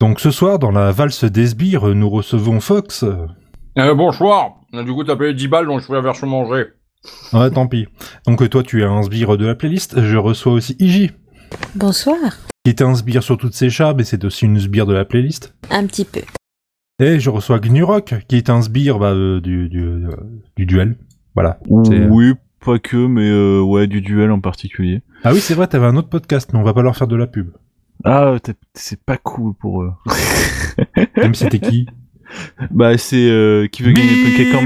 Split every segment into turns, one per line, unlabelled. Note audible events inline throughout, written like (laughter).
Donc ce soir, dans la valse des sbires, nous recevons Fox.
Euh, bonsoir. Du coup, t'as payé 10 balles, donc je fais la version manger.
Ah, tant pis. Donc toi, tu es un sbire de la playlist. Je reçois aussi Iji,
Bonsoir.
qui est un sbire sur toutes ses chats, mais c'est aussi une sbire de la playlist.
Un petit peu.
Et je reçois Gnurok, qui est un sbire bah, euh, du, du, euh, du duel. Voilà. C'est-
Oui, pas que, mais euh, ouais, du duel en particulier.
Ah oui, c'est vrai, t'avais un autre podcast, mais on va pas leur faire de la pub.
Ah, t'es- c'est pas cool pour eux.
Même si c'était qui
bah, c'est euh, qui veut gagner le paquet quand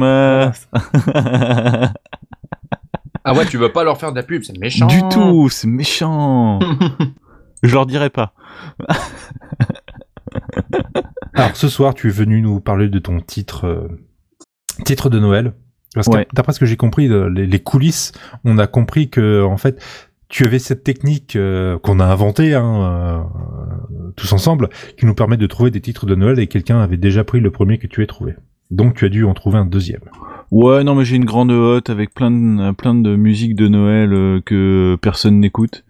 Ah ouais, tu veux pas leur faire de la pub, c'est méchant.
(laughs) Du tout, c'est méchant. Je leur dirai pas.
Alors ce soir, tu es venu nous parler de ton titre, euh, titre de Noël. Parce que
Ouais.
d'après ce que j'ai compris, euh, les, les coulisses, on a compris que en fait, tu avais cette technique euh, qu'on a inventée hein, euh, tous ensemble, qui nous permet de trouver des titres de Noël et quelqu'un avait déjà pris le premier que tu aies trouvé. Donc tu as dû en trouver un
(laughs)
deuxième.
Ouais, non, mais j'ai une grande hotte avec plein de, plein de musique de Noël euh, que personne n'écoute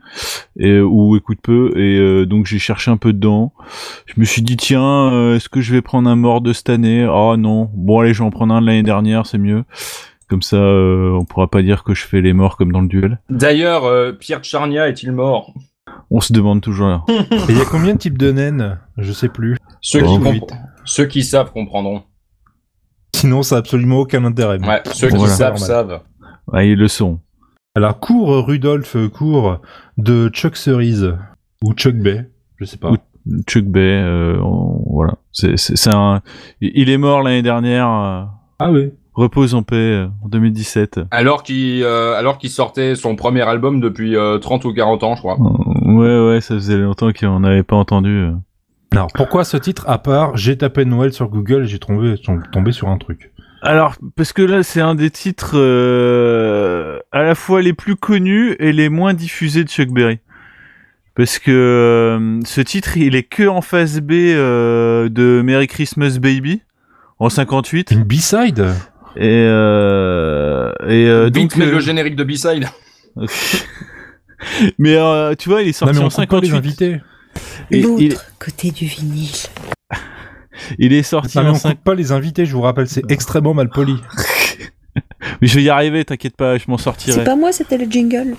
et ou écoute peu et euh, donc j'ai cherché un peu dedans. Je me suis dit tiens, euh, est-ce que je vais prendre un mort de cette année Ah non. Bon allez, je vais en prendre un de l'année dernière, c'est mieux. Comme ça, euh, on pourra pas dire que je fais les morts comme dans le duel.
D'ailleurs, euh, Pierre Tcharnia est-il mort
On se demande toujours là.
Et il y a combien de types de naines Je sais plus.
ceux,
Oh,
qui
huit.
compre- ceux qui savent comprendront.
Sinon, ça a absolument aucun intérêt. mais-
Ouais, ceux
Voilà.
qui savent
Normal.
savent.
Ah, ils le sont.
Alors cours Rudolf cours de Chuck Cerise ou Chuck Bay, je sais pas.
Ou- Chuck Bay, euh, on- voilà. C'est, c'est, c'est un... Il est mort l'année dernière. euh,
Ah oui.
repose en paix euh, en 2017. Euh,
Alors qu'il euh, alors qu'il sortait son premier album depuis euh, 30 ou 40 ans, je crois.
Ouais, ouais, ça faisait longtemps qu'on n'avait pas entendu. euh.
Alors pourquoi ce titre à part j'ai tapé Noël sur Google et j'ai tombé, tom- tombé sur un truc
Alors, parce que là, c'est un des titres euh, à la fois les plus connus et les moins diffusés de Chuck Berry. Parce que euh, ce titre, il est que en phase B euh, de Merry Christmas Baby en 58.
Une B-side
Et, euh, et euh,
Vite,
donc.
mais
euh,
le générique de B-Side.
mais euh, tu vois, il est
Non mais
sorti
on
en
compte pas
58.
les invités.
Et
L'autre
il,
côté du vinyle.
il est sorti
Non mais
en
on
5...
compte pas les invités, je vous rappelle, c'est extrêmement mal poli.
Mais je vais y arriver, t'inquiète pas, je m'en
C'est
sortirai.
pas moi, c'était le jingle.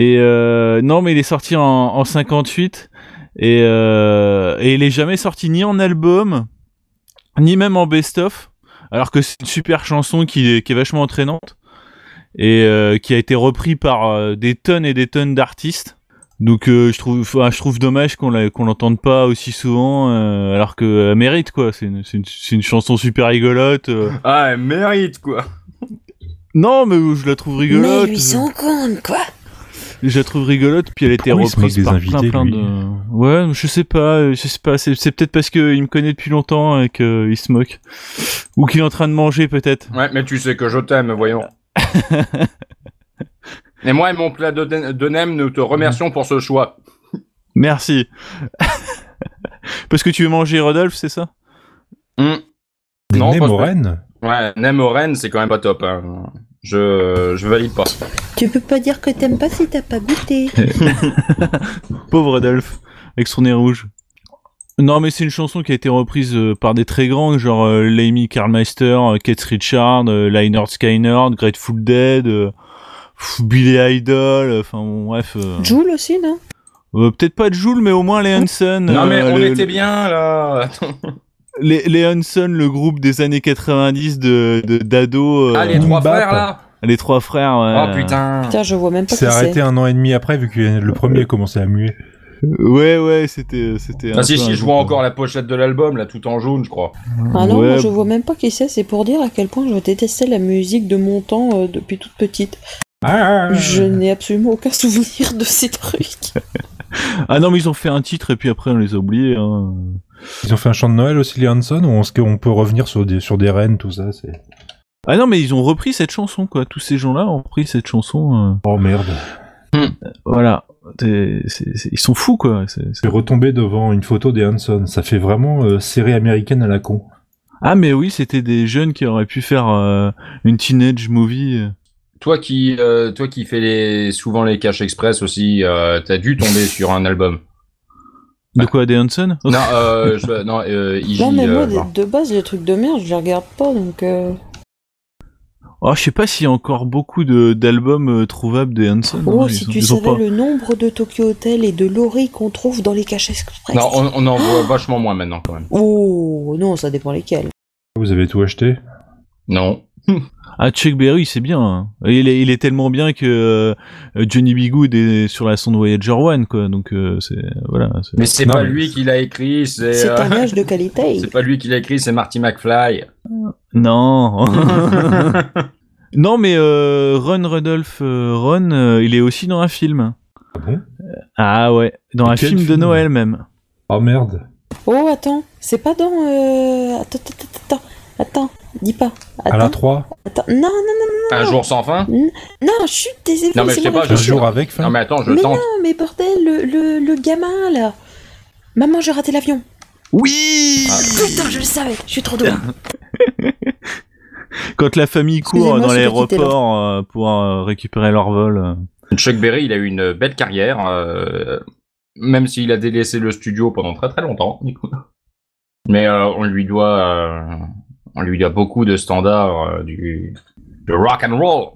Et euh, non, mais il est sorti en, en 58 et, euh, et il est jamais sorti ni en album ni même en best-of, alors que c'est une super chanson qui est, qui est vachement entraînante et euh, qui a été repris par euh, des tonnes et des tonnes d'artistes. Donc euh, je trouve, enfin, je trouve dommage qu'on la- qu'on l'entende pas aussi souvent, euh, alors que elle mérite quoi. C'est une, c'est une- c'est une chanson super rigolote. euh.
(laughs) Ah, elle mérite, quoi.
Non, mais je la trouve rigolote.
Mais lui sans compte, quoi.
je la trouve rigolote puis elle était
Pourquoi il se moque
reprise
des
par
invités,
plein plein
lui
de ouais je sais pas euh, je sais pas c'est c'est peut-être parce que il me connaît depuis longtemps et qu'il se moque ou qu'il est en train de manger peut-être
Ouais, mais tu sais que je t'aime,
(laughs)
voyons. Et moi et mon plat de, de nem, nous te remercions pour ce choix.
merci (laughs) parce que tu veux manger Rodolphe c'est ça
Des
Non, pas
Némorènes
Ouais, Nem Oren, c'est quand même pas top. hein. Je, je valide pas.
Tu peux pas dire que t'aimes pas si t'as pas
(laughs)
goûté.
pauvre Rodolphe avec son nez rouge non mais c'est une chanson qui a été reprise euh, par des très grands genre euh, Amy Karlmeister euh, Keith Richard euh, Lynyrd Skynyrd Grateful Dead euh, pff, Billy Idol euh, enfin bon, bref euh,
Joule aussi, non
Euh, Peut-être pas de Joule, mais au moins les Hanson.
non,
euh,
mais on
le-
était bien là.
Les, les Hanson, le groupe des années 90 de de- d'ado. euh,
ah, les
les...
trois
Boom Bap.
frères là.
trois frères.
Oh
ouais.
putain.
Putain, je vois même pas qui
s'est arrêté
c'est.
un an et demi après vu que le premier a commencé à muer.
Euh, Ouais, ouais, c'était. c'était
Ah,
un
si,
peu un
si, je
groupe,
vois
euh,
encore la pochette de l'album là, tout en jaune, je crois.
Ah non,
ouais.
moi, je vois même pas qui c'est. C'est pour dire à quel point je détestais la musique de mon temps euh, depuis toute petite.
Ah,
Je n'ai absolument aucun souvenir de ces
(laughs)
trucs.
Ah non, mais ils ont fait un titre et puis après on les a oubliés. hein.
Ils ont fait un chant de Noël aussi les Hanson ou est-ce qu'on peut revenir sur des, sur des rennes tout ça c'est...
Ah non, mais ils ont repris cette chanson, quoi. Tous ces gens-là ont repris cette chanson.
Oh merde.
euh, Voilà. C'est- c'est- c'est- ils sont fous, quoi. C'est- c'est-
Je suis retombé devant une photo des Hanson, ça fait vraiment euh, série américaine à la con.
Ah, mais oui, c'était des jeunes qui auraient pu faire euh, une teenage movie. euh.
Toi qui, euh, toi (laughs) qui fais les, souvent les cash express aussi, euh, t'as dû tomber sur un album.
De quoi, des Hanson
Non, euh, je- non, euh, Iggy,
Non, mais moi,
euh,
de,
non.
de base, les trucs de merde, je les regarde pas, donc... euh,
Oh, je sais pas s'il y a encore beaucoup de- d'albums euh, trouvables des Hanson.
Oh,
hein,
si
ils ont-
tu
ils ont
savais
pas-
le nombre de Tokyo Hotel et de lorry qu'on trouve dans les caches express.
Non, on, on en voit vachement moins maintenant quand même.
Oh, non, ça dépend lesquels.
Vous avez tout acheté
Non.
Ah, Chuck Berry, c'est bien. hein. Il, est, il est tellement bien que euh, Johnny B. Good est sur la sonde Voyager One, quoi. Donc, euh, c'est. Voilà. c'est-
Mais c'est
Non,
pas
mais-
lui qui l'a écrit, c'est.
C'est
euh, (laughs)
un gage de qualité.
C'est pas lui qui l'a écrit, c'est Marty McFly.
(laughs) Non Non, mais euh, Ron Rudolph, euh, Ron, euh, il est aussi dans un film.
Ah bon
Ah ouais, dans
Mais
un
quel
film, de
film
Noël même.
Oh merde.
Oh, attends, c'est pas dans... euh, Attends, attends, attends, attends, attends, dis pas.
À la
Attends,
3
attends, non, non,
Un jour sans fin
non, chut, tes effets,
Non, mais je sais pas,
Un
je-
jour avec
Non
fin
mais attends, je
Mais
tente.
mais bordel, le, le, le gamin, là Maman, j'ai raté l'avion
Oui
Ah.
Putain, je le savais, je suis trop douée
Quand la famille court
Excusez-moi,
dans
je vais quitter
l'aéroport euh, pour euh, récupérer leur vol. euh.
Chuck Berry, il a eu une belle carrière, euh, même s'il a délaissé le studio pendant très très longtemps. (laughs) du coup. Mais euh, on lui doit, euh, on lui doit beaucoup de standards euh, du, du rock and roll.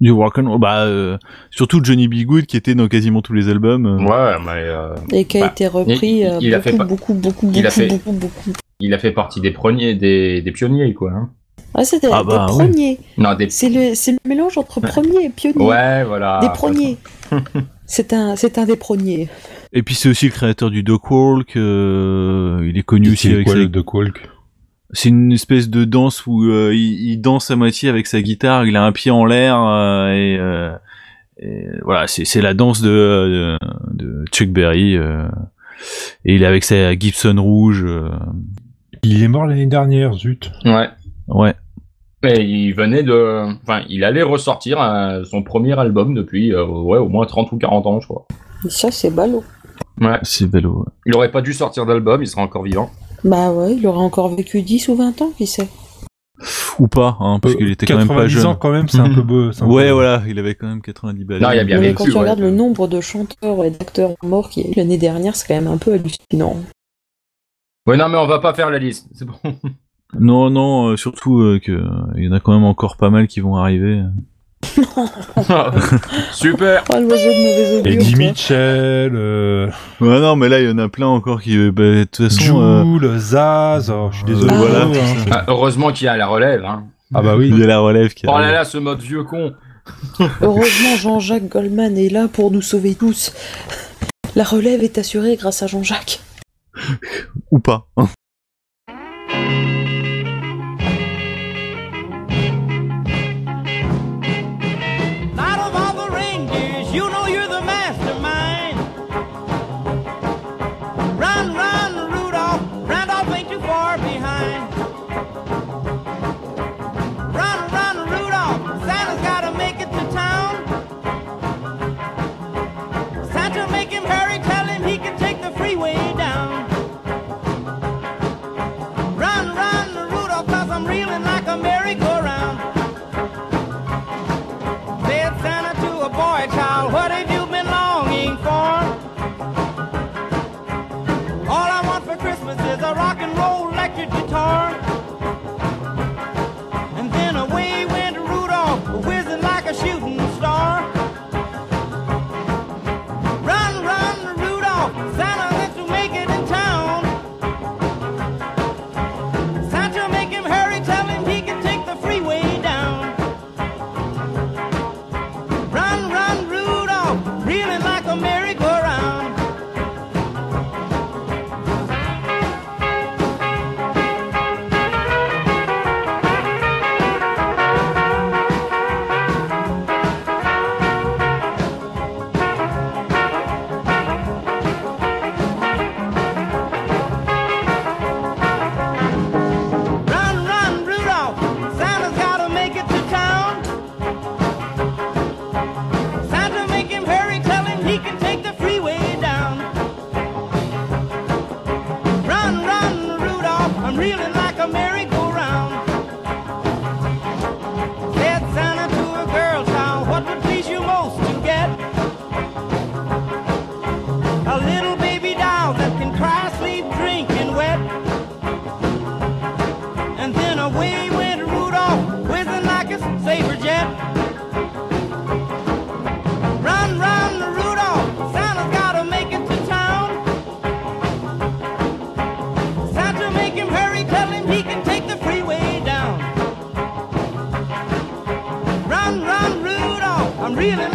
Du rock and roll, bah euh, surtout Johnny B. Good qui était dans quasiment tous les albums. euh.
Ouais, mais euh,
(laughs) Et qui a
Bah,
été repris
il-
euh,
il a fait pas-
beaucoup, beaucoup, beaucoup,
il a
beaucoup,
fait-
beaucoup, beaucoup.
il a fait partie des premiers, des, des pionniers quoi. hein.
Ah, c'était
Ah
des
bah, oui.
premiers
Non, des.
C'est le, c'est le mélange entre premier et pionnier.
Ouais, Ah, voilà.
Des premiers. c'est un, c'est un des premiers.
Et puis c'est aussi le créateur du Duck Walk. euh, il est connu
C'est
aussi avec
quoi
sa-
le de Qualk
C'est une espèce de danse où euh, il, il danse à moitié avec sa guitare, il a un pied en l'air euh, et, euh, et voilà, c'est c'est la danse de, euh, de, de Chuck Berry. euh, et il est avec sa Gibson rouge. euh,
Il est mort l'année dernière, zut.
Ouais.
ouais.
Et il venait de, enfin, il allait ressortir euh, son premier album depuis, euh, ouais, au moins 30 ou 40 ans, je crois.
Et ça, c'est ballot.
Ouais.
C'est vélo. ouais.
Il aurait pas dû sortir d'album, il serait encore vivant.
Bah ouais, il aurait encore vécu 10 ou 20 ans, qui sait.
Ou pas, hein, parce qu'il était quand même pas
90
jeune.
Euh, ans quand même, c'est un
Mhm.
peu beau. c'est un
Ouais,
peu-
voilà, il avait quand même 90 balles.
Non, il y a bien
Non, mais
vécu,
quand tu
ouais. Euh,
regardes le nombre de chanteurs et d'acteurs morts qu'il y a eu l'année dernière, c'est quand même un peu hallucinant.
Ouais, non, mais on va pas faire la liste. C'est bon.
Non, non, euh, surtout euh, que euh, il y en a quand même encore pas mal qui vont arriver.
(laughs) Super.
Oh, l'oiseau de mauvais augure.
Eddie
toi.
Mitchell, euh,
Ouais, non, mais là, il y en a plein encore qui, euh, bah, de toute façon. euh,
Jul, Zaz, oh, je suis désolé.
Ah, voilà.
hein, c'est-
Ah, heureusement qu'il y a la relève. Hein.
Ah bah oui.
Il y a la relève qui
Oh là
arrive.
là, ce mode vieux con.
Heureusement, Jean-Jacques Goldman est là pour nous sauver tous. La relève est assurée grâce à Jean-Jacques.
Ou pas.
Out of all the reindeers, you know you're the mastermind. Run, run, Rudolph, Randolph ain't too far behind. Run, run, Rudolph, Santa's gotta make it to town. Santa make him hurry, tell him he can take the freeway down. Run, run, Rudolph, cause I'm reeling like a merry-go-round. Said Santa to a boy child, what have you been longing for? All I want for Christmas is a rock and roll electric guitar. And then away went Rudolph, whizzing like a shooting star. Run, run, Rudolph, Santa lets you make it in town. Santa make him hurry, tell him he can take the freeway down. Run, run, Rudolph, reeling like a merry-go-round. Run, run, Rudolph, Santa's gotta make it to town. Santa make him hurry, tell him he can take the freeway down. Run, run, Rudolph, I'm reeling like a merry-go-round. Said Santa to a girl child, what would please you most to get? A little baby doll that can cry and wet. And then away went Rudolph, whizzing like a saber jet. Run, run, Rudolph, Santa's gotta make it to town. Santa make him hurry, tell him he can take the freeway down. Run, run, Rudolph, I'm reeling